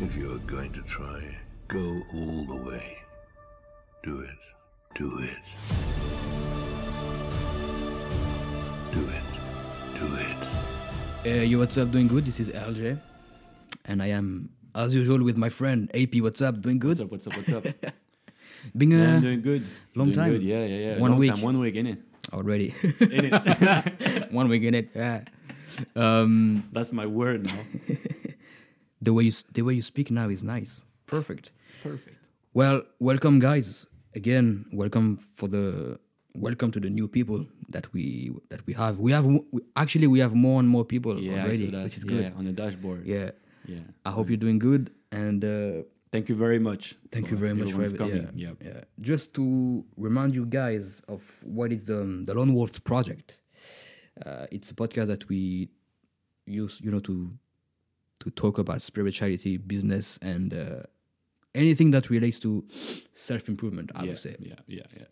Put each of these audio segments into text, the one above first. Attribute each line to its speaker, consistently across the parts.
Speaker 1: If you're going to try, go all the way. Do it. Do it. Do it. Do it.
Speaker 2: Uh, yo, what's up? Doing good? This is RJ. And I am, as usual, with my friend AP. What's up? Doing good?
Speaker 3: What's up? What's up? What's up?
Speaker 2: Being
Speaker 3: yeah, I'm
Speaker 2: uh,
Speaker 3: doing good.
Speaker 2: long
Speaker 3: Doing
Speaker 2: time.
Speaker 3: Good. Yeah, yeah, yeah.
Speaker 2: One
Speaker 3: long
Speaker 2: week.
Speaker 3: Time. One week, innit?
Speaker 2: already
Speaker 3: Innit?
Speaker 2: one week in it. Yeah. Um,
Speaker 3: That's my word now.
Speaker 2: the way you s- the way you speak now is nice. Perfect.
Speaker 3: Perfect.
Speaker 2: Well, welcome, guys. Again, welcome for the welcome to the new people that we that we have. We have w- we- actually we have more and more people
Speaker 3: Yeah,
Speaker 2: already,
Speaker 3: so that,
Speaker 2: which is
Speaker 3: yeah,
Speaker 2: good.
Speaker 3: on the dashboard.
Speaker 2: Yeah.
Speaker 3: yeah.
Speaker 2: I hope you're doing good and. Uh,
Speaker 3: Thank you very much.
Speaker 2: Thank
Speaker 3: for
Speaker 2: you very much for
Speaker 3: everyone's
Speaker 2: everything.
Speaker 3: coming.
Speaker 2: Yeah,
Speaker 3: Yep.
Speaker 2: yeah. Just to remind you guys of what is the, um, the Lone Wolf Project. Uh, it's a podcast that we use, you know, to to talk about spirituality, business, and uh, anything that relates to self improvement. I
Speaker 3: yeah,
Speaker 2: would say.
Speaker 3: Yeah, yeah, yeah.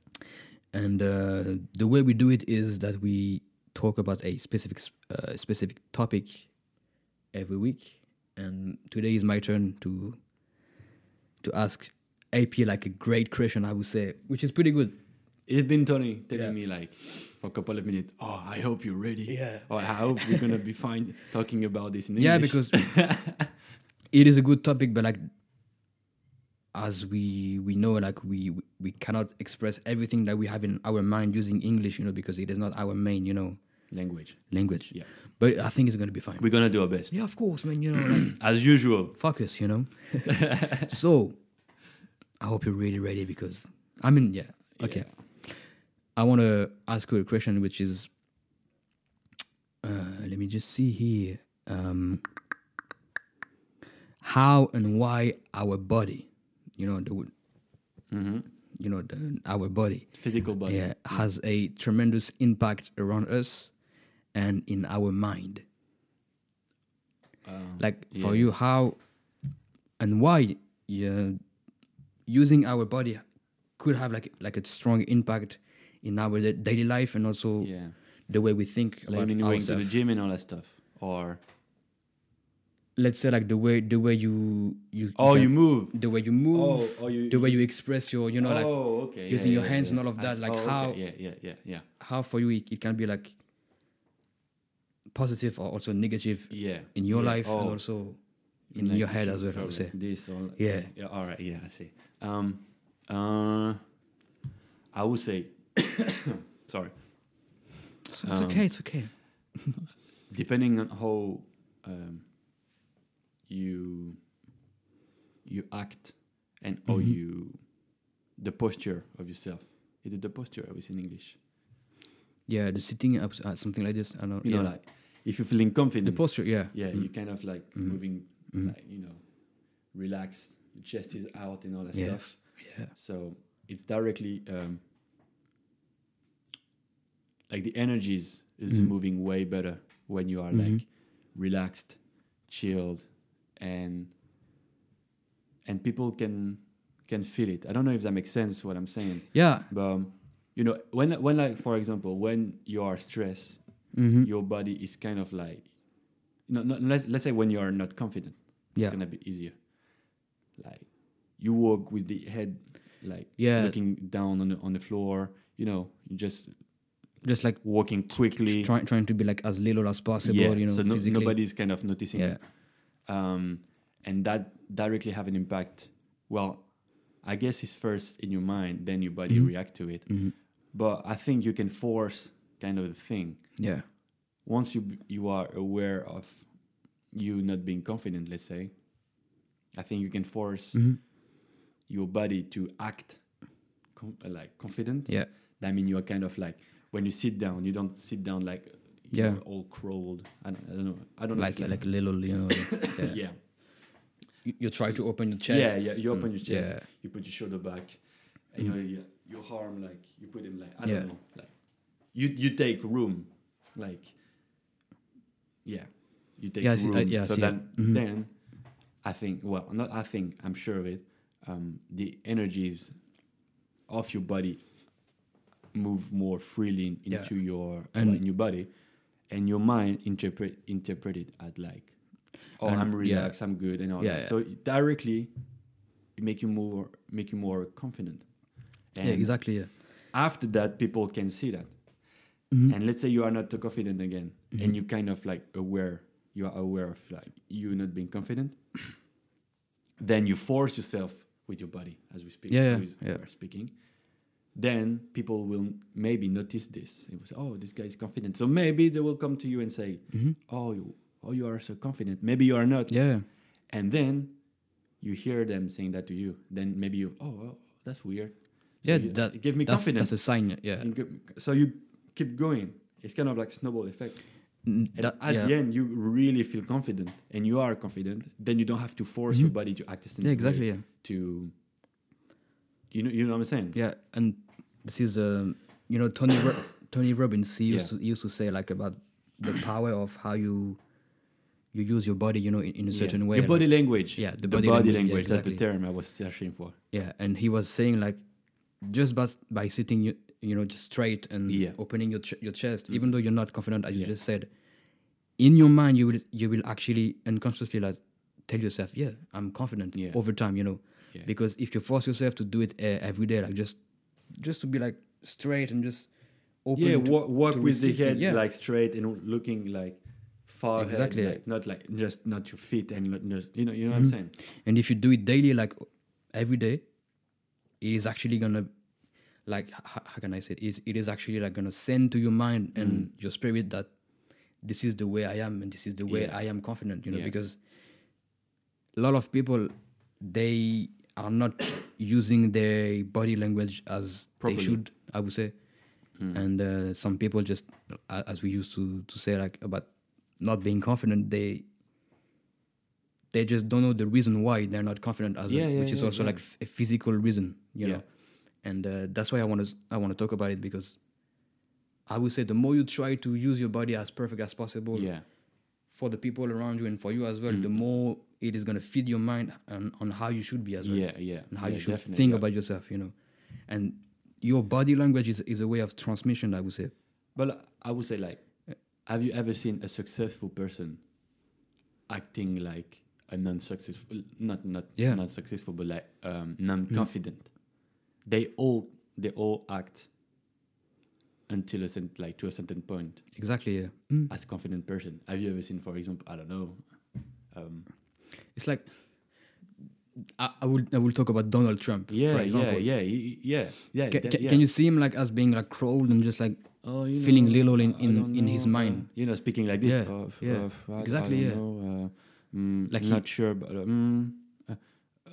Speaker 2: And uh, the way we do it is that we talk about a specific s- uh, specific topic every week. And today is my turn to to ask AP like a great question, I would say, which is pretty good.
Speaker 3: It's been Tony telling
Speaker 2: Yeah.
Speaker 3: me like for a couple of minutes. Oh, I hope you're ready.
Speaker 2: Yeah.
Speaker 3: Or I hope we're gonna be fine talking about this in English.
Speaker 2: Yeah, because it is a good topic, but like as we we know, like we we cannot express everything that we have in our mind using English, you know, because it is not our main, you know,
Speaker 3: language.
Speaker 2: language.
Speaker 3: Yeah.
Speaker 2: But I think it's gonna be fine.
Speaker 3: We're gonna do our best
Speaker 2: yeah, of course, man. You know, like,
Speaker 3: as usual.
Speaker 2: focus, you know. so, I hope you're really ready because I mean, yeah, okay.
Speaker 3: Yeah.
Speaker 2: I want to ask you a question, which is, uh, let me just see here, um, how and why our body, you know, the, you know, the, our body,
Speaker 3: Physical body.
Speaker 2: yeah, has a tremendous impact around us and in our mind.
Speaker 3: Um,
Speaker 2: like for you, how and why yeah, using our body could have like like a strong impact in our da- daily life and also
Speaker 3: Yeah.
Speaker 2: the way we think
Speaker 3: Like
Speaker 2: about
Speaker 3: when you're going to the
Speaker 2: ourselves.
Speaker 3: gym and all that stuff, or
Speaker 2: Let's say like the way the way you you
Speaker 3: oh,
Speaker 2: can-
Speaker 3: you move.
Speaker 2: the way you move,
Speaker 3: Oh, oh, you-
Speaker 2: the way you express your you know like
Speaker 3: oh, okay. yeah,
Speaker 2: using
Speaker 3: yeah,
Speaker 2: your
Speaker 3: yeah,
Speaker 2: hands
Speaker 3: yeah.
Speaker 2: and all of that,
Speaker 3: As-
Speaker 2: like
Speaker 3: oh, okay,
Speaker 2: how-
Speaker 3: Yeah, yeah, yeah, yeah,
Speaker 2: how for you it, it can be like positive or also negative
Speaker 3: yeah.
Speaker 2: in your
Speaker 3: yeah.
Speaker 2: life and
Speaker 3: Oh,
Speaker 2: also in
Speaker 3: like
Speaker 2: your head
Speaker 3: this,
Speaker 2: as well. I would
Speaker 3: sorry,
Speaker 2: say.
Speaker 3: This or
Speaker 2: Yeah.
Speaker 3: yeah. All right. Yeah, I see. Um, uh, I would say, sorry.
Speaker 2: So it's okay. It's okay.
Speaker 3: depending on how um, you you act and how
Speaker 2: Mm-hmm.
Speaker 3: you the posture of yourself is it the posture I was in English
Speaker 2: Yeah, the sitting up, uh, something like this. I don't know.
Speaker 3: you
Speaker 2: yeah.
Speaker 3: know like if you're feeling confident
Speaker 2: the posture. Yeah.
Speaker 3: yeah you kind of like moving like, you know relaxed your chest is out and all that
Speaker 2: Yeah.
Speaker 3: stuff
Speaker 2: Yeah.
Speaker 3: so it's directly um, like the energies is moving way better when you are like relaxed chilled and and people can can feel it i don't know if that makes sense what i'm saying
Speaker 2: Yeah.
Speaker 3: but um, you know when when like for example when you are stressed
Speaker 2: mm-hmm. Mm.
Speaker 3: your body is kind of like no, no let's, let's say when you are not confident it's
Speaker 2: Yeah.
Speaker 3: gonna be easier like you walk with the head like
Speaker 2: Yeah.
Speaker 3: looking down on the, on the floor you know you just
Speaker 2: Just like
Speaker 3: walking quickly
Speaker 2: trying trying to be like as little as possible.
Speaker 3: yeah
Speaker 2: You know,
Speaker 3: so no,
Speaker 2: physically.
Speaker 3: nobody's kind of noticing
Speaker 2: Yeah.
Speaker 3: um, and that directly have an impact. Well, I guess it's first in your mind, then your body
Speaker 2: Mm-hmm.
Speaker 3: react to it. But I think you can force kind of the thing
Speaker 2: Yeah.
Speaker 3: once you b- you are aware of you not being confident. Let's say, I think you can force
Speaker 2: Mm-hmm.
Speaker 3: your body to act com- uh, like confident.
Speaker 2: Yeah.
Speaker 3: I mean, you are kind of like when you sit down, you don't sit down like you
Speaker 2: Yeah.
Speaker 3: know, all crawled. I don't, I don't know. I don't know
Speaker 2: Like
Speaker 3: if you-
Speaker 2: like little. You know. like, yeah.
Speaker 3: yeah.
Speaker 2: You, you try to open your chest.
Speaker 3: Yeah, yeah. You open your
Speaker 2: Mm,
Speaker 3: chest.
Speaker 2: Yeah. Hmm.
Speaker 3: You put your shoulder back, and your your- your arm like you put him like I
Speaker 2: Yeah.
Speaker 3: don't know like you you take room like yeah you take
Speaker 2: Yeah, I see-
Speaker 3: room
Speaker 2: I- yeah, I
Speaker 3: so
Speaker 2: see it. Mm-hmm.
Speaker 3: then then I think well not I think I'm sure of it um, the energies of your body move more freely in-
Speaker 2: Yeah.
Speaker 3: into your
Speaker 2: And-
Speaker 3: in your body and your mind interpret interpret it as like oh
Speaker 2: And-
Speaker 3: i'm
Speaker 2: yeah.
Speaker 3: relaxed i'm good and all
Speaker 2: Yeah,
Speaker 3: that
Speaker 2: yeah.
Speaker 3: so directly it make you more make you more confident and
Speaker 2: yeah, exactly. Yeah.
Speaker 3: after that people can see that
Speaker 2: Mm-hmm.
Speaker 3: and let's say you are not too confident again and you kind of like aware you are aware of like you not being confident then you force yourself with your body as we speak
Speaker 2: Yeah, yeah,
Speaker 3: we
Speaker 2: yeah.
Speaker 3: are speaking then people will maybe notice this it was oh this guy is confident so maybe they will come to you and say
Speaker 2: Mm-hmm.
Speaker 3: oh you oh you are so confident maybe you are not
Speaker 2: Yeah.
Speaker 3: and then you hear them saying that to you then maybe you oh well, that's weird So
Speaker 2: yeah.
Speaker 3: you-
Speaker 2: that
Speaker 3: it gave me
Speaker 2: that's,
Speaker 3: confidence Mm.
Speaker 2: That's a sign. Yeah.
Speaker 3: and go- so you keep going it's kind of like snowball effect
Speaker 2: N-
Speaker 3: and
Speaker 2: that-
Speaker 3: at
Speaker 2: yeah.
Speaker 3: the end you really feel confident and you are confident then you don't have to force your body to act a certain
Speaker 2: Mm-hmm. Yeah, exactly.
Speaker 3: way
Speaker 2: Yeah.
Speaker 3: to you know you know what i'm saying
Speaker 2: Yeah, and this is um, you know Tony Ro- Tony Robbins he used to,
Speaker 3: Yeah.
Speaker 2: he used to say like about the power of how you you use your body, you know, in, in a
Speaker 3: Yeah.
Speaker 2: certain way.
Speaker 3: your
Speaker 2: like-
Speaker 3: body language
Speaker 2: Yeah, the
Speaker 3: the
Speaker 2: body
Speaker 3: body,
Speaker 2: language,
Speaker 3: language,
Speaker 2: yeah,
Speaker 3: that's the term i was searching for
Speaker 2: yeah, and he was saying like just by, by sitting you, you know just straight and
Speaker 3: Yeah. Mm.
Speaker 2: opening your ch- your chest, even though you're not confident, as you
Speaker 3: Yeah.
Speaker 2: just said, in your mind you will you will actually unconsciously like tell yourself, yeah, I'm confident
Speaker 3: Yeah.
Speaker 2: over time, you know,
Speaker 3: Yeah.
Speaker 2: because if you force yourself to do it uh, every day, like just just to be like straight and just open
Speaker 3: yeah
Speaker 2: to-
Speaker 3: walk, walk
Speaker 2: to
Speaker 3: with the
Speaker 2: receive it,
Speaker 3: head
Speaker 2: yeah.
Speaker 3: like straight and looking like far
Speaker 2: Exactly, Mm-hmm. yeah.
Speaker 3: ahead, like, not like just not your feet and not just you know you know what i'm saying
Speaker 2: and if you do it daily like every day it is actually gonna like h- h- how can i say it? it, it is actually like gonna send to your mind and
Speaker 3: Mm.
Speaker 2: your spirit that this is the way i am and this is the way
Speaker 3: Yeah.
Speaker 2: i am confident you know
Speaker 3: Yeah.
Speaker 2: because a lot of people they are not using their body language as
Speaker 3: Properly. Mm.
Speaker 2: they should i would say and uh, some people just a- as we used to to say like about not being confident they they just don't know the reason why they're not confident as
Speaker 3: Yeah,
Speaker 2: well,
Speaker 3: yeah,
Speaker 2: which is
Speaker 3: yeah,
Speaker 2: also
Speaker 3: yeah.
Speaker 2: like f- a physical reason you
Speaker 3: Yeah.
Speaker 2: know and uh, that's why i want to i want to talk about it because i would say the more you try to use your body as perfect as possible
Speaker 3: yeah Mm-hmm.
Speaker 2: for the people around you and for you as well the more it is going to feed your mind on, on how you should be as well
Speaker 3: yeah yeah
Speaker 2: and how
Speaker 3: yeah,
Speaker 2: you should
Speaker 3: definitely,
Speaker 2: think
Speaker 3: yeah.
Speaker 2: about yourself you know and your body language is, is a way of transmission i would say
Speaker 3: But I would say, like, have you ever seen a successful person acting like a non-successful, not not
Speaker 2: Yeah. Mm-hmm.
Speaker 3: not successful, but like um, non-confident? They all they all act until a certain, like to a certain point
Speaker 2: exactly yeah Mm.
Speaker 3: as confident person. Have you ever seen, for example, I don't know, um,
Speaker 2: it's like I, I will I will talk about Donald Trump
Speaker 3: yeah,
Speaker 2: for example.
Speaker 3: yeah, yeah, y- yeah, yeah,
Speaker 2: Ca-
Speaker 3: that-
Speaker 2: ca-
Speaker 3: yeah.
Speaker 2: Can you see him like as being like crawled and just like uh,
Speaker 3: oh, you
Speaker 2: feeling
Speaker 3: know,
Speaker 2: little in-
Speaker 3: I
Speaker 2: in-
Speaker 3: don't
Speaker 2: in his
Speaker 3: know, uh,
Speaker 2: mind.
Speaker 3: you know, speaking like this.
Speaker 2: Yeah,
Speaker 3: uh, f-
Speaker 2: yeah,
Speaker 3: uh, f- I- I
Speaker 2: exactly, yeah.
Speaker 3: don't know, uh, mm,
Speaker 2: Like he-
Speaker 3: not sure, but uh, mm, uh,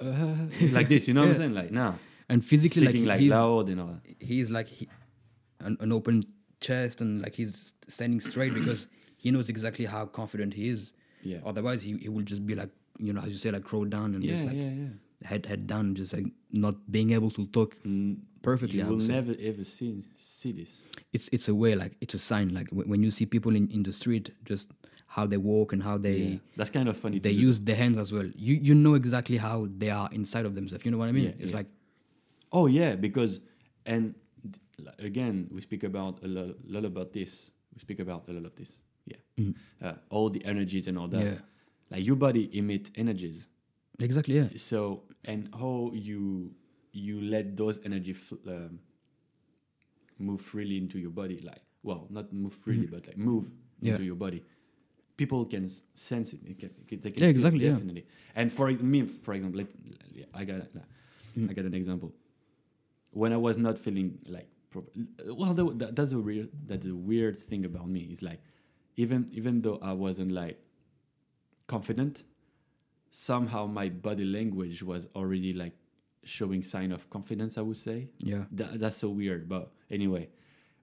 Speaker 3: uh, like this. You know what I'm
Speaker 2: Yeah.
Speaker 3: saying? Like now,
Speaker 2: and physically
Speaker 3: speaking
Speaker 2: like,
Speaker 3: like,
Speaker 2: he's
Speaker 3: loud and all. that.
Speaker 2: he's like he, an, an open chest and like he's standing straight because he knows exactly how confident he is.
Speaker 3: Yeah.
Speaker 2: Otherwise he, he will just be like you know as you say like crawled down and
Speaker 3: Yeah,
Speaker 2: just like
Speaker 3: yeah, yeah. Mm,
Speaker 2: head head down just like not being able to talk perfectly.
Speaker 3: You
Speaker 2: I
Speaker 3: will
Speaker 2: would say.
Speaker 3: never ever see see this.
Speaker 2: it's it's a way like it's a sign like wh- when you see people in, in the street just how they walk and how they
Speaker 3: Yeah. That's kind of funny.
Speaker 2: they
Speaker 3: to do.
Speaker 2: use their hands as well you you know exactly how they are inside of themselves you know what i mean
Speaker 3: Yeah,
Speaker 2: it's
Speaker 3: yeah.
Speaker 2: like
Speaker 3: Oh yeah, because and d- li- again, we speak about a lot, lot about this. We speak about a lot of this. Yeah, uh, all the energies and all that.
Speaker 2: Mm-hmm. Yeah.
Speaker 3: Like your body emit energies.
Speaker 2: exactly yeah
Speaker 3: So and how you you let those energy fl- um, move freely into your body. Like well, not move freely, but like move
Speaker 2: Mm-hmm. Yeah.
Speaker 3: into your body. People can s- sense it. it can, it can- they
Speaker 2: Yeah,
Speaker 3: can feel it,
Speaker 2: exactly, yeah.
Speaker 3: Definitely. And for ex- me, for example, let, I got I
Speaker 2: Mm.
Speaker 3: got an example when I was not feeling like pro- well, tha- tha- that's a weird that's a weird thing about me. It's like even even though I wasn't like confident, somehow my body language was already like showing sign of confidence. I would say
Speaker 2: yeah
Speaker 3: Tha- that's so weird, but anyway,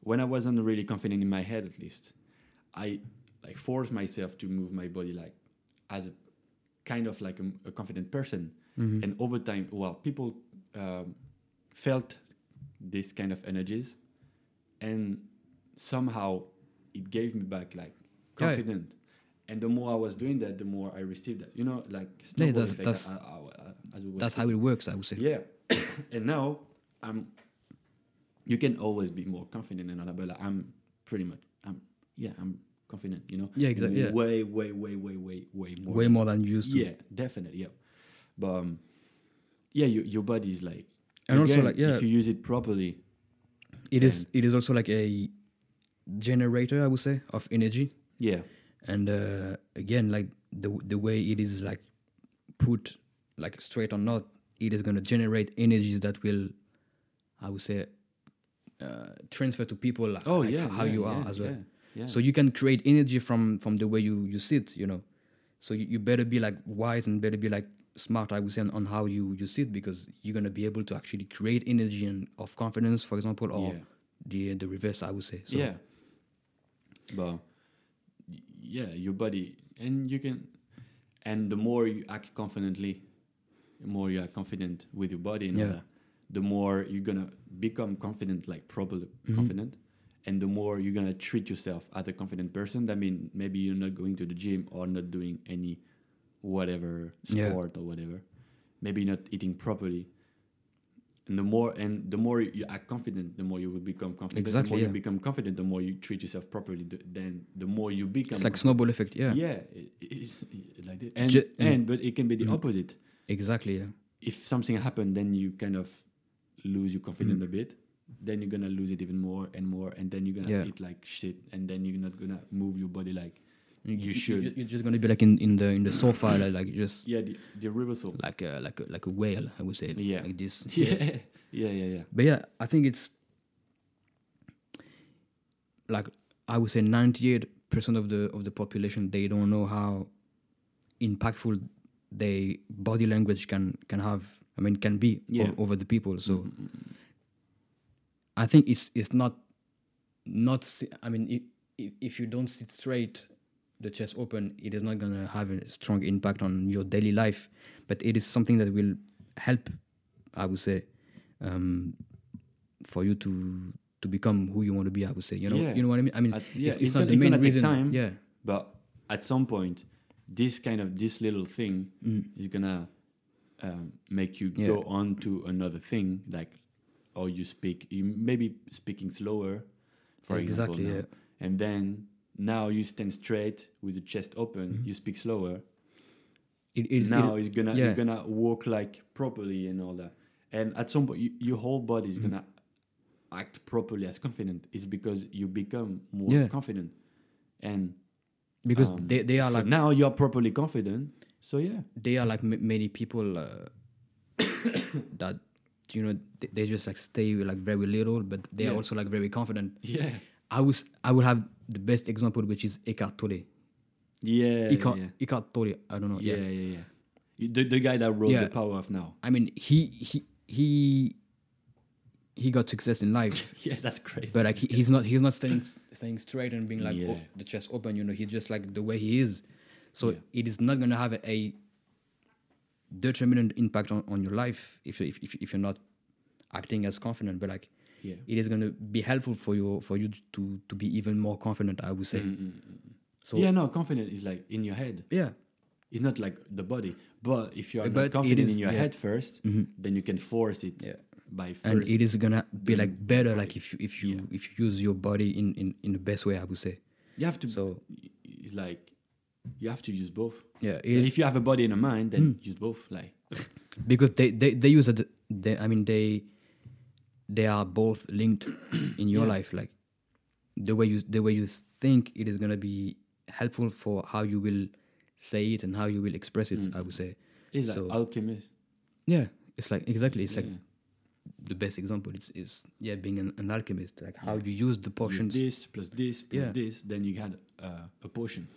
Speaker 3: when I wasn't really confident in my head, at least I like forced myself to move my body like as a kind of like a, a confident person,
Speaker 2: Mm-hmm.
Speaker 3: and over time, well, people um, felt this kind of energies, and somehow it gave me back like
Speaker 2: Yeah.
Speaker 3: confident. And the more I was doing that, the more I received that. You know, like
Speaker 2: Yeah,
Speaker 3: snowball
Speaker 2: that's-
Speaker 3: effect,
Speaker 2: that's-
Speaker 3: I- I- I- as we were
Speaker 2: that's how it works i would say
Speaker 3: yeah. and now I'm you can always be more confident and all that, but like, I'm pretty much I'm yeah, I'm confident, you know?
Speaker 2: Yeah, exact- yeah.
Speaker 3: Way, way, way, way, way, way more.
Speaker 2: way more than you used to.
Speaker 3: Yeah, definitely. Yeah, but um, yeah, your your body is like,
Speaker 2: And also, like, yeah.
Speaker 3: if you use it properly,
Speaker 2: It is. It is also like a generator, I would say, of energy.
Speaker 3: yeah,
Speaker 2: And uh, again, like the the way it is like put, like straight or not, it is gonna generate energies that will, I would say, uh, transfer to people. Like,
Speaker 3: Oh,
Speaker 2: like
Speaker 3: yeah,
Speaker 2: how
Speaker 3: yeah,
Speaker 2: you are
Speaker 3: yeah,
Speaker 2: as well.
Speaker 3: yeah, yeah.
Speaker 2: So you can create energy from from the way you you sit. You know, so you, you better be like wise and better be like smart. I would say on, on how you you sit because you're gonna be able to actually create energy and of confidence, for example, or
Speaker 3: Yeah.
Speaker 2: the the reverse. I would say. So,
Speaker 3: yeah. But y- yeah, your body, and you can, and the more you act confidently, the more you are confident with your body, and all
Speaker 2: Yeah.
Speaker 3: that, the more you're gonna become confident, like properly
Speaker 2: Mm-hmm.
Speaker 3: confident. And the more you're gonna treat yourself as a confident person, that means maybe you're not going to the gym or not doing any whatever
Speaker 2: Yeah.
Speaker 3: sport or whatever. Maybe you're not eating properly. And the more and the more you act confident, the more you will become confident.
Speaker 2: Exactly,
Speaker 3: the more
Speaker 2: yeah.
Speaker 3: you become confident, the more you treat yourself properly. The, then the more you become.
Speaker 2: It's like snowball effect. Yeah.
Speaker 3: yeah, it- it's it's like this. And,
Speaker 2: Ju- mm.
Speaker 3: and but it can be the opposite.
Speaker 2: Exactly. Yeah.
Speaker 3: If something happened, then you kind of lose your confidence a
Speaker 2: Mm.
Speaker 3: bit. Then you're gonna lose it even more and more, and then you're gonna
Speaker 2: Yeah.
Speaker 3: eat like shit, and then you're not gonna move your body like
Speaker 2: You-
Speaker 3: you
Speaker 2: you-
Speaker 3: should.
Speaker 2: You're just gonna be like in, in the in the sofa, like, like just
Speaker 3: yeah, the, the reversal.
Speaker 2: like a, like a, like a whale. I would say.
Speaker 3: Yeah.
Speaker 2: Like this.
Speaker 3: Yeah, yeah, yeah, yeah.
Speaker 2: But yeah, I think it's like I would say ninety eight percent of the of the population they don't know how impactful their body language can can have. I mean, can be o-
Speaker 3: Yeah. Mm-hmm,
Speaker 2: over the people. So I think it's it's not not. si- I mean, i- i- if you don't sit straight, the chest open, it is not gonna have a strong impact on your daily life. But it is something that will help. I would say um, for you to to become who you want to be. I would say, you know,
Speaker 3: Yeah.
Speaker 2: you know what I mean. I mean,
Speaker 3: That's-
Speaker 2: it's,
Speaker 3: yeah,
Speaker 2: it's,
Speaker 3: it's
Speaker 2: not
Speaker 3: gonna-
Speaker 2: the
Speaker 3: it's
Speaker 2: main
Speaker 3: gonna take
Speaker 2: reason.
Speaker 3: time.
Speaker 2: Yeah,
Speaker 3: but at some point this kind of this little thing is gonna um, make you
Speaker 2: Mm. Yeah.
Speaker 3: go on to another thing like or you speak you maybe speaking slower for example
Speaker 2: Exactly,
Speaker 3: now.
Speaker 2: yeah.
Speaker 3: and then now you stand straight with the chest open
Speaker 2: Mm-hmm.
Speaker 3: you speak slower
Speaker 2: it is.
Speaker 3: now
Speaker 2: it-
Speaker 3: it's gonna
Speaker 2: yeah.
Speaker 3: you're gonna walk like properly and all that and at some point you, your whole body is
Speaker 2: Mm.
Speaker 3: gonna act properly as confident it's because you become more
Speaker 2: Yeah.
Speaker 3: confident and
Speaker 2: because
Speaker 3: um,
Speaker 2: they, they are
Speaker 3: so
Speaker 2: like
Speaker 3: now you're properly confident. So yeah,
Speaker 2: they are like m- many people uh, that you know they, they just like stay like very little, but they are
Speaker 3: Yeah.
Speaker 2: also like very confident.
Speaker 3: yeah,
Speaker 2: I was I would have the best example, which is Eckhart Tolle.
Speaker 3: yeah,
Speaker 2: Eckhart,
Speaker 3: yeah,
Speaker 2: Eckhart Tolle. I don't know.
Speaker 3: yeah, yeah. yeah. The, the guy that wrote
Speaker 2: Yeah.
Speaker 3: the Power of Now.
Speaker 2: I mean, he he he he got success in life.
Speaker 3: Yeah, that's crazy.
Speaker 2: but uh, like he, he's not he's not staying staying straight and being like
Speaker 3: Yeah.
Speaker 2: oh, the chest open you know he just like the way he is so it is not going to have a, determinant impact on, on your life if, you- if if if you're not acting as confident but like
Speaker 3: Yeah.
Speaker 2: it is going to be helpful for you for you to to be even more confident i would say
Speaker 3: Mm,
Speaker 2: so
Speaker 3: yeah, no, confident is like in your head.
Speaker 2: yeah
Speaker 3: It's not like the body. But if you are
Speaker 2: But
Speaker 3: not
Speaker 2: it
Speaker 3: confident
Speaker 2: is-
Speaker 3: in your
Speaker 2: yeah. Mm-hmm.
Speaker 3: head 1st then you can force it
Speaker 2: Yeah.
Speaker 3: by
Speaker 2: and
Speaker 3: first.
Speaker 2: it is gonna be like better like if you if you if you use your body in in in the best way i would say
Speaker 3: you have to.
Speaker 2: so-
Speaker 3: it's like you have to use both.
Speaker 2: yeah it is Mm.
Speaker 3: If you have a body and a mind, then use both. Like
Speaker 2: because they they, they use it they, i mean they they are both linked in your life like the way you the way you think it is going to be helpful for how you will say it and how you will express it i would say
Speaker 3: it's like
Speaker 2: So-
Speaker 3: alchemist.
Speaker 2: yeah it's like exactly it's like
Speaker 3: Yeah.
Speaker 2: the best example is is yeah being an, an alchemist like how you use the
Speaker 3: Use
Speaker 2: potions
Speaker 3: this plus this plus
Speaker 2: Yeah.
Speaker 3: this, then you had uh, a potion.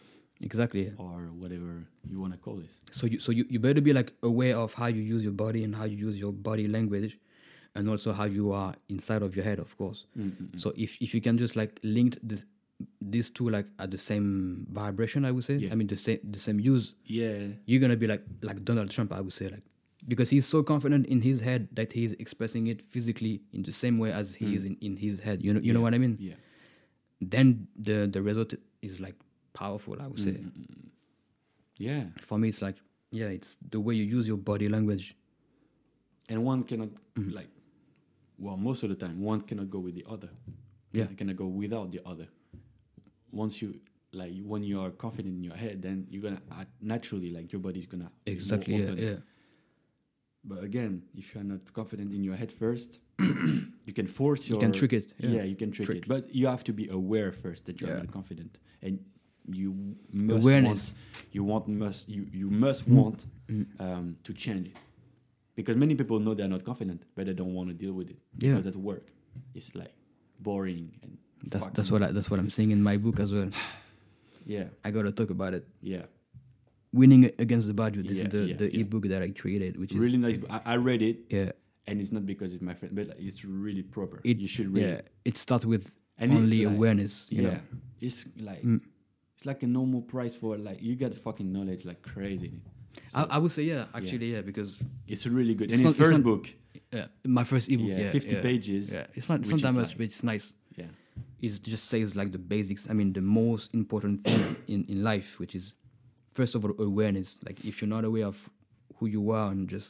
Speaker 2: exactly yeah.
Speaker 3: or whatever you want to call it.
Speaker 2: so you so you, you better be like aware of how you use your body and how you use your body language and also how you are inside of your head of course
Speaker 3: Mm,
Speaker 2: so if if you can just like link this these two like at the same vibration i would say
Speaker 3: Yeah.
Speaker 2: i mean the same the same use
Speaker 3: Yeah,
Speaker 2: you're gonna be like like donald trump i would say like because he's so confident in his head that he's expressing it physically in the same way as he is in, in his head you know you know what i mean
Speaker 3: Mm. yeah,
Speaker 2: then the the result is like powerful i would
Speaker 3: Mm,
Speaker 2: say
Speaker 3: yeah.
Speaker 2: for me it's like yeah it's the way you use your body language
Speaker 3: And one cannot
Speaker 2: Mm-hmm.
Speaker 3: like, well, most of the time, one cannot go with the other.
Speaker 2: Yeah.
Speaker 3: You cannot go without the other. Once you like when you are confident in your head, then you're gonna act naturally like your body's gonna be more
Speaker 2: Exactly. Yeah,
Speaker 3: open.
Speaker 2: yeah.
Speaker 3: But again, if you are not confident in your head first, you can force your
Speaker 2: You can trick it.
Speaker 3: Yeah,
Speaker 2: Yeah.
Speaker 3: you can trick,
Speaker 2: Trick.
Speaker 3: it, but you have to be aware first that you're
Speaker 2: Yeah.
Speaker 3: not confident, and you must
Speaker 2: Awareness. Mm.
Speaker 3: want- you want must you you must want um, to change it, because many people know they're not confident, but they don't want to deal with it.
Speaker 2: Yeah.
Speaker 3: because at work, it's like boring and
Speaker 2: That's
Speaker 3: fucking-
Speaker 2: that's what I, that's what I'm saying in my book as well.
Speaker 3: yeah
Speaker 2: I gotta talk about it.
Speaker 3: yeah
Speaker 2: Winning against the bad. This is
Speaker 3: Yeah,
Speaker 2: the
Speaker 3: yeah,
Speaker 2: the
Speaker 3: yeah.
Speaker 2: ebook that I created, which is
Speaker 3: really nice. I, I read it,
Speaker 2: yeah.
Speaker 3: and it's not because it's my friend, but like, it's really proper.
Speaker 2: It
Speaker 3: you should read
Speaker 2: yeah. It
Speaker 3: it.
Speaker 2: starts with
Speaker 3: And it,
Speaker 2: only
Speaker 3: like,
Speaker 2: awareness. You
Speaker 3: yeah,
Speaker 2: know. Mm.
Speaker 3: it's like it's like a normal price for like you get fucking knowledge like crazy.
Speaker 2: I, I would say yeah, actually yeah, because
Speaker 3: It's really good.
Speaker 2: It's
Speaker 3: and
Speaker 2: not-
Speaker 3: his
Speaker 2: it's
Speaker 3: first
Speaker 2: not-
Speaker 3: book,
Speaker 2: yeah, my first ebook.
Speaker 3: yeah,
Speaker 2: Yeah,
Speaker 3: fifty
Speaker 2: yeah.
Speaker 3: pages.
Speaker 2: Yeah, it's not it's
Speaker 3: which
Speaker 2: not that
Speaker 3: is
Speaker 2: much, but
Speaker 3: like-
Speaker 2: it's nice.
Speaker 3: yeah,
Speaker 2: It just says like the basics. I mean, the most important thing in in life, which is first of all awareness. Like if you're not aware of who you are and just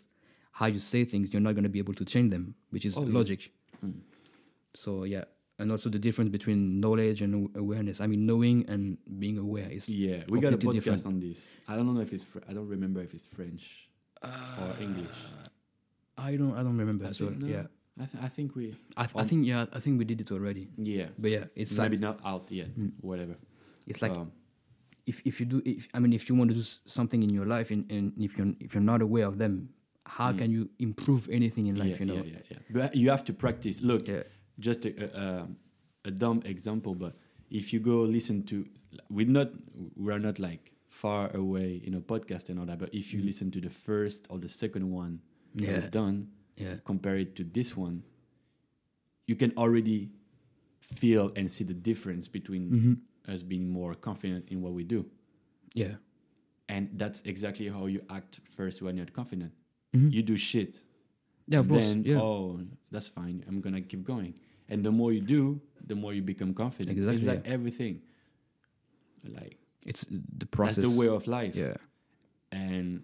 Speaker 2: how you say things, you're not gonna be able to change them, which is logic. So yeah. And also the difference between knowledge and aw- awareness. I mean, knowing and being aware is
Speaker 3: yeah. We got a podcast
Speaker 2: completely different.
Speaker 3: on this. I don't know if it's. Fr- I don't remember if it's French or English.
Speaker 2: I don't, I don't remember as well.
Speaker 3: think, no.
Speaker 2: Ah. Yeah,
Speaker 3: I, th- I think we.
Speaker 2: I, th- I think yeah, I think we did it already.
Speaker 3: Yeah,
Speaker 2: But yeah, it's like Mm.
Speaker 3: maybe not out yet. Whatever.
Speaker 2: it's like
Speaker 3: Um,
Speaker 2: if, if you do if, i mean if you want to do s- something in your life and, and if you're if you're not aware of them how can you improve anything in life
Speaker 3: Mm. yeah,
Speaker 2: you know
Speaker 3: yeah, yeah, yeah. But you have to practice. Look,
Speaker 2: Yeah.
Speaker 3: just a, a, um, a dumb example, but if you go listen to, we're not, we are not like far away in a podcast and all that. But if you listen to the first or the second one that
Speaker 2: Mm. Yeah.
Speaker 3: we've done,
Speaker 2: Yeah.
Speaker 3: compare it to this one, you can already feel and see the difference between us being more confident in what we do.
Speaker 2: Mm-hmm. yeah
Speaker 3: And that's exactly how you act first when you're confident. You do shit
Speaker 2: Mm-hmm. Mm. yeah of course
Speaker 3: then
Speaker 2: yeah
Speaker 3: oh that's fine i'm gonna keep going and the more you do the more you become confident it's
Speaker 2: Exactly,
Speaker 3: like everything like
Speaker 2: it's the process
Speaker 3: that's the way of life
Speaker 2: yeah
Speaker 3: and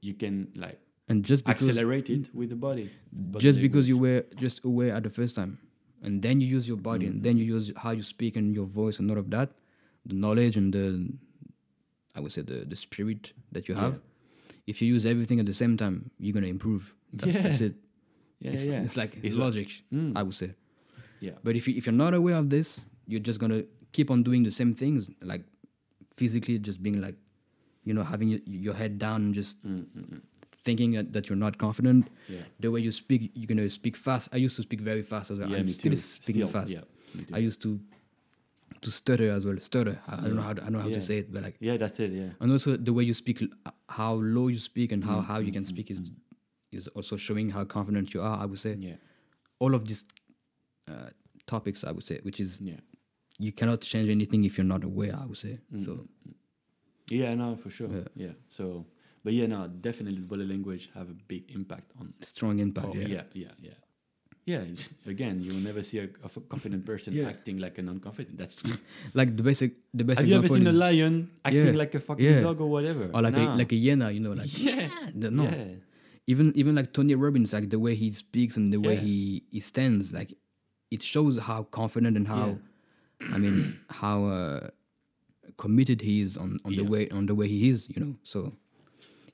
Speaker 3: you can like
Speaker 2: and just because
Speaker 3: accelerate it with the body but
Speaker 2: just
Speaker 3: the-
Speaker 2: because you were just aware at the first time and then you use your body
Speaker 3: Mm-hmm.
Speaker 2: and then you use how you speak and your voice and all of that the knowledge and the i would say the, the spirit that you have if you use everything at the same time you're going to improve that's,
Speaker 3: Yeah.
Speaker 2: that's it
Speaker 3: yeah
Speaker 2: it's,
Speaker 3: yeah Mm.
Speaker 2: it's like
Speaker 3: It's
Speaker 2: it's
Speaker 3: like- Hmm.
Speaker 2: logic i would say
Speaker 3: yeah
Speaker 2: But if you, if you're not aware of this, you're just gonna keep on doing the same things, like physically, just being like, you know, having your, your head down and just
Speaker 3: Mm,
Speaker 2: thinking that, that you're not confident.
Speaker 3: Yeah.
Speaker 2: The way you speak, you're gonna speak fast. I used to speak very fast as well.
Speaker 3: yeah
Speaker 2: I'm
Speaker 3: me
Speaker 2: still
Speaker 3: too
Speaker 2: speaking
Speaker 3: Still,
Speaker 2: fast.
Speaker 3: yeah me too.
Speaker 2: I used to to stutter as well. Stutter. I, I don't know how to, I don't know how
Speaker 3: Yeah.
Speaker 2: to say it, but like,
Speaker 3: yeah that's it yeah
Speaker 2: and also the way you speak, l- how low you speak and
Speaker 3: Mm,
Speaker 2: how how you can speak is is also showing how confident you are. I would say
Speaker 3: yeah
Speaker 2: all of these uh, topics. I would say, which is
Speaker 3: yeah
Speaker 2: you cannot change anything if you're not aware. I would say.
Speaker 3: Mm.
Speaker 2: So
Speaker 3: yeah no for sure yeah.
Speaker 2: Yeah.
Speaker 3: so but yeah no definitely body language have a big impact on
Speaker 2: strong impact.
Speaker 3: Oh,
Speaker 2: yeah.
Speaker 3: yeah, yeah, yeah. Yeah, it's- again, you will never see a, a f- confident person
Speaker 2: Yeah.
Speaker 3: acting like a non-confident. That's.
Speaker 2: Like the basic, the best.
Speaker 3: Have you ever
Speaker 2: example
Speaker 3: seen a
Speaker 2: is-
Speaker 3: lion acting
Speaker 2: Yeah,
Speaker 3: like a fucking
Speaker 2: yeah.
Speaker 3: dog or whatever?
Speaker 2: Or like
Speaker 3: No.
Speaker 2: a, like a hyena, you know, like
Speaker 3: yeah,
Speaker 2: the- no.
Speaker 3: yeah,
Speaker 2: Even even like Tony Robbins, like the way he speaks and the way
Speaker 3: Yeah.
Speaker 2: he he stands, like it shows how confident and how, I mean, how uh, committed he is on, on the
Speaker 3: Yeah.
Speaker 2: way on the way he is, you know. So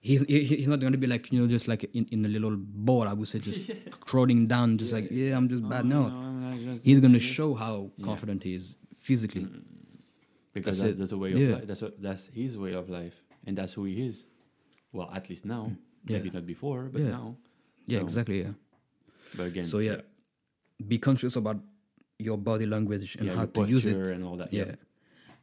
Speaker 2: he's he, he's not gonna be like you know just like in, in a little ball. I would say just trotting down, just like yeah, I'm just bad. No,
Speaker 3: Oh, No, I'm not just-
Speaker 2: he's gonna show how confident he is physically.
Speaker 3: Mm-hmm. because
Speaker 2: that's
Speaker 3: that's,
Speaker 2: it.
Speaker 3: that's the way
Speaker 2: Yeah.
Speaker 3: of life. That's what, that's his way of life, and that's who he is. Well, at least now,
Speaker 2: Mm. Yeah.
Speaker 3: maybe not before, but
Speaker 2: Yeah.
Speaker 3: now.
Speaker 2: Yeah,
Speaker 3: So-
Speaker 2: exactly. Yeah.
Speaker 3: But again,
Speaker 2: So yeah, be conscious about your body language and
Speaker 3: yeah,
Speaker 2: how
Speaker 3: your
Speaker 2: to use it.
Speaker 3: posture and all that.
Speaker 2: yeah.
Speaker 3: yeah.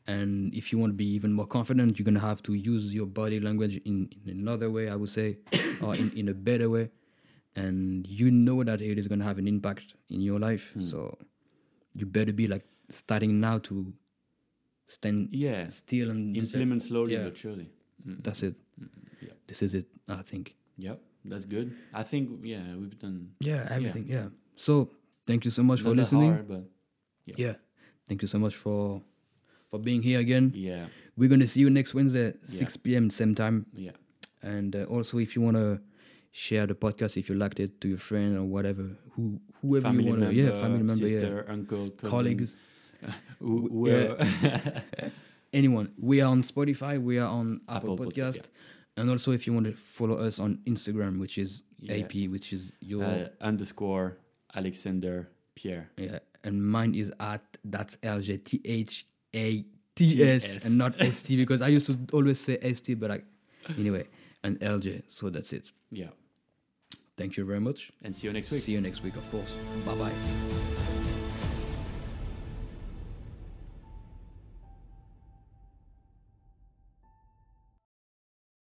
Speaker 2: And if you want to be even more confident, you're gonna have to use your body language in, in another way, I would say, or in, in a better way. And you know that it is gonna have an impact in your life. So you better be like starting now to stand
Speaker 3: Yeah.
Speaker 2: still and just, like,
Speaker 3: implement slowly
Speaker 2: yeah.
Speaker 3: but surely.
Speaker 2: that's it.
Speaker 3: yeah.
Speaker 2: This is it, I think.
Speaker 3: Yep, that's good. I think yeah, we've done
Speaker 2: Yeah, everything. Yeah. So thank you so much for
Speaker 3: not that
Speaker 2: listening.
Speaker 3: hard, but
Speaker 2: Yeah. Thank you so much for for being here again.
Speaker 3: yeah,
Speaker 2: We're gonna see you next Wednesday, 6 p.m. same time.
Speaker 3: yeah.
Speaker 2: And uh, also, if you wanna share the podcast, if you liked it to your friend or whatever, who whoever
Speaker 3: family
Speaker 2: you wanna,
Speaker 3: member,
Speaker 2: yeah, family member,
Speaker 3: sister, uncle,
Speaker 2: yeah,
Speaker 3: cousin,
Speaker 2: colleagues,
Speaker 3: who- whoever.
Speaker 2: anyone. We are on Spotify. We are on Apple,
Speaker 3: Apple Podca-
Speaker 2: Podcast. And also, if you want to follow us on Instagram, which is
Speaker 3: Yeah.
Speaker 2: AP, which is your
Speaker 3: Uh, underscore Alexander Pierre.
Speaker 2: yeah, and mine is at that's LJTHATS and not ST because I used to always say ST, but like anyway, and LJ. So that's it.
Speaker 3: Yeah.
Speaker 2: Thank you very much.
Speaker 3: And see you next week.
Speaker 2: See you next week, of course. Bye bye.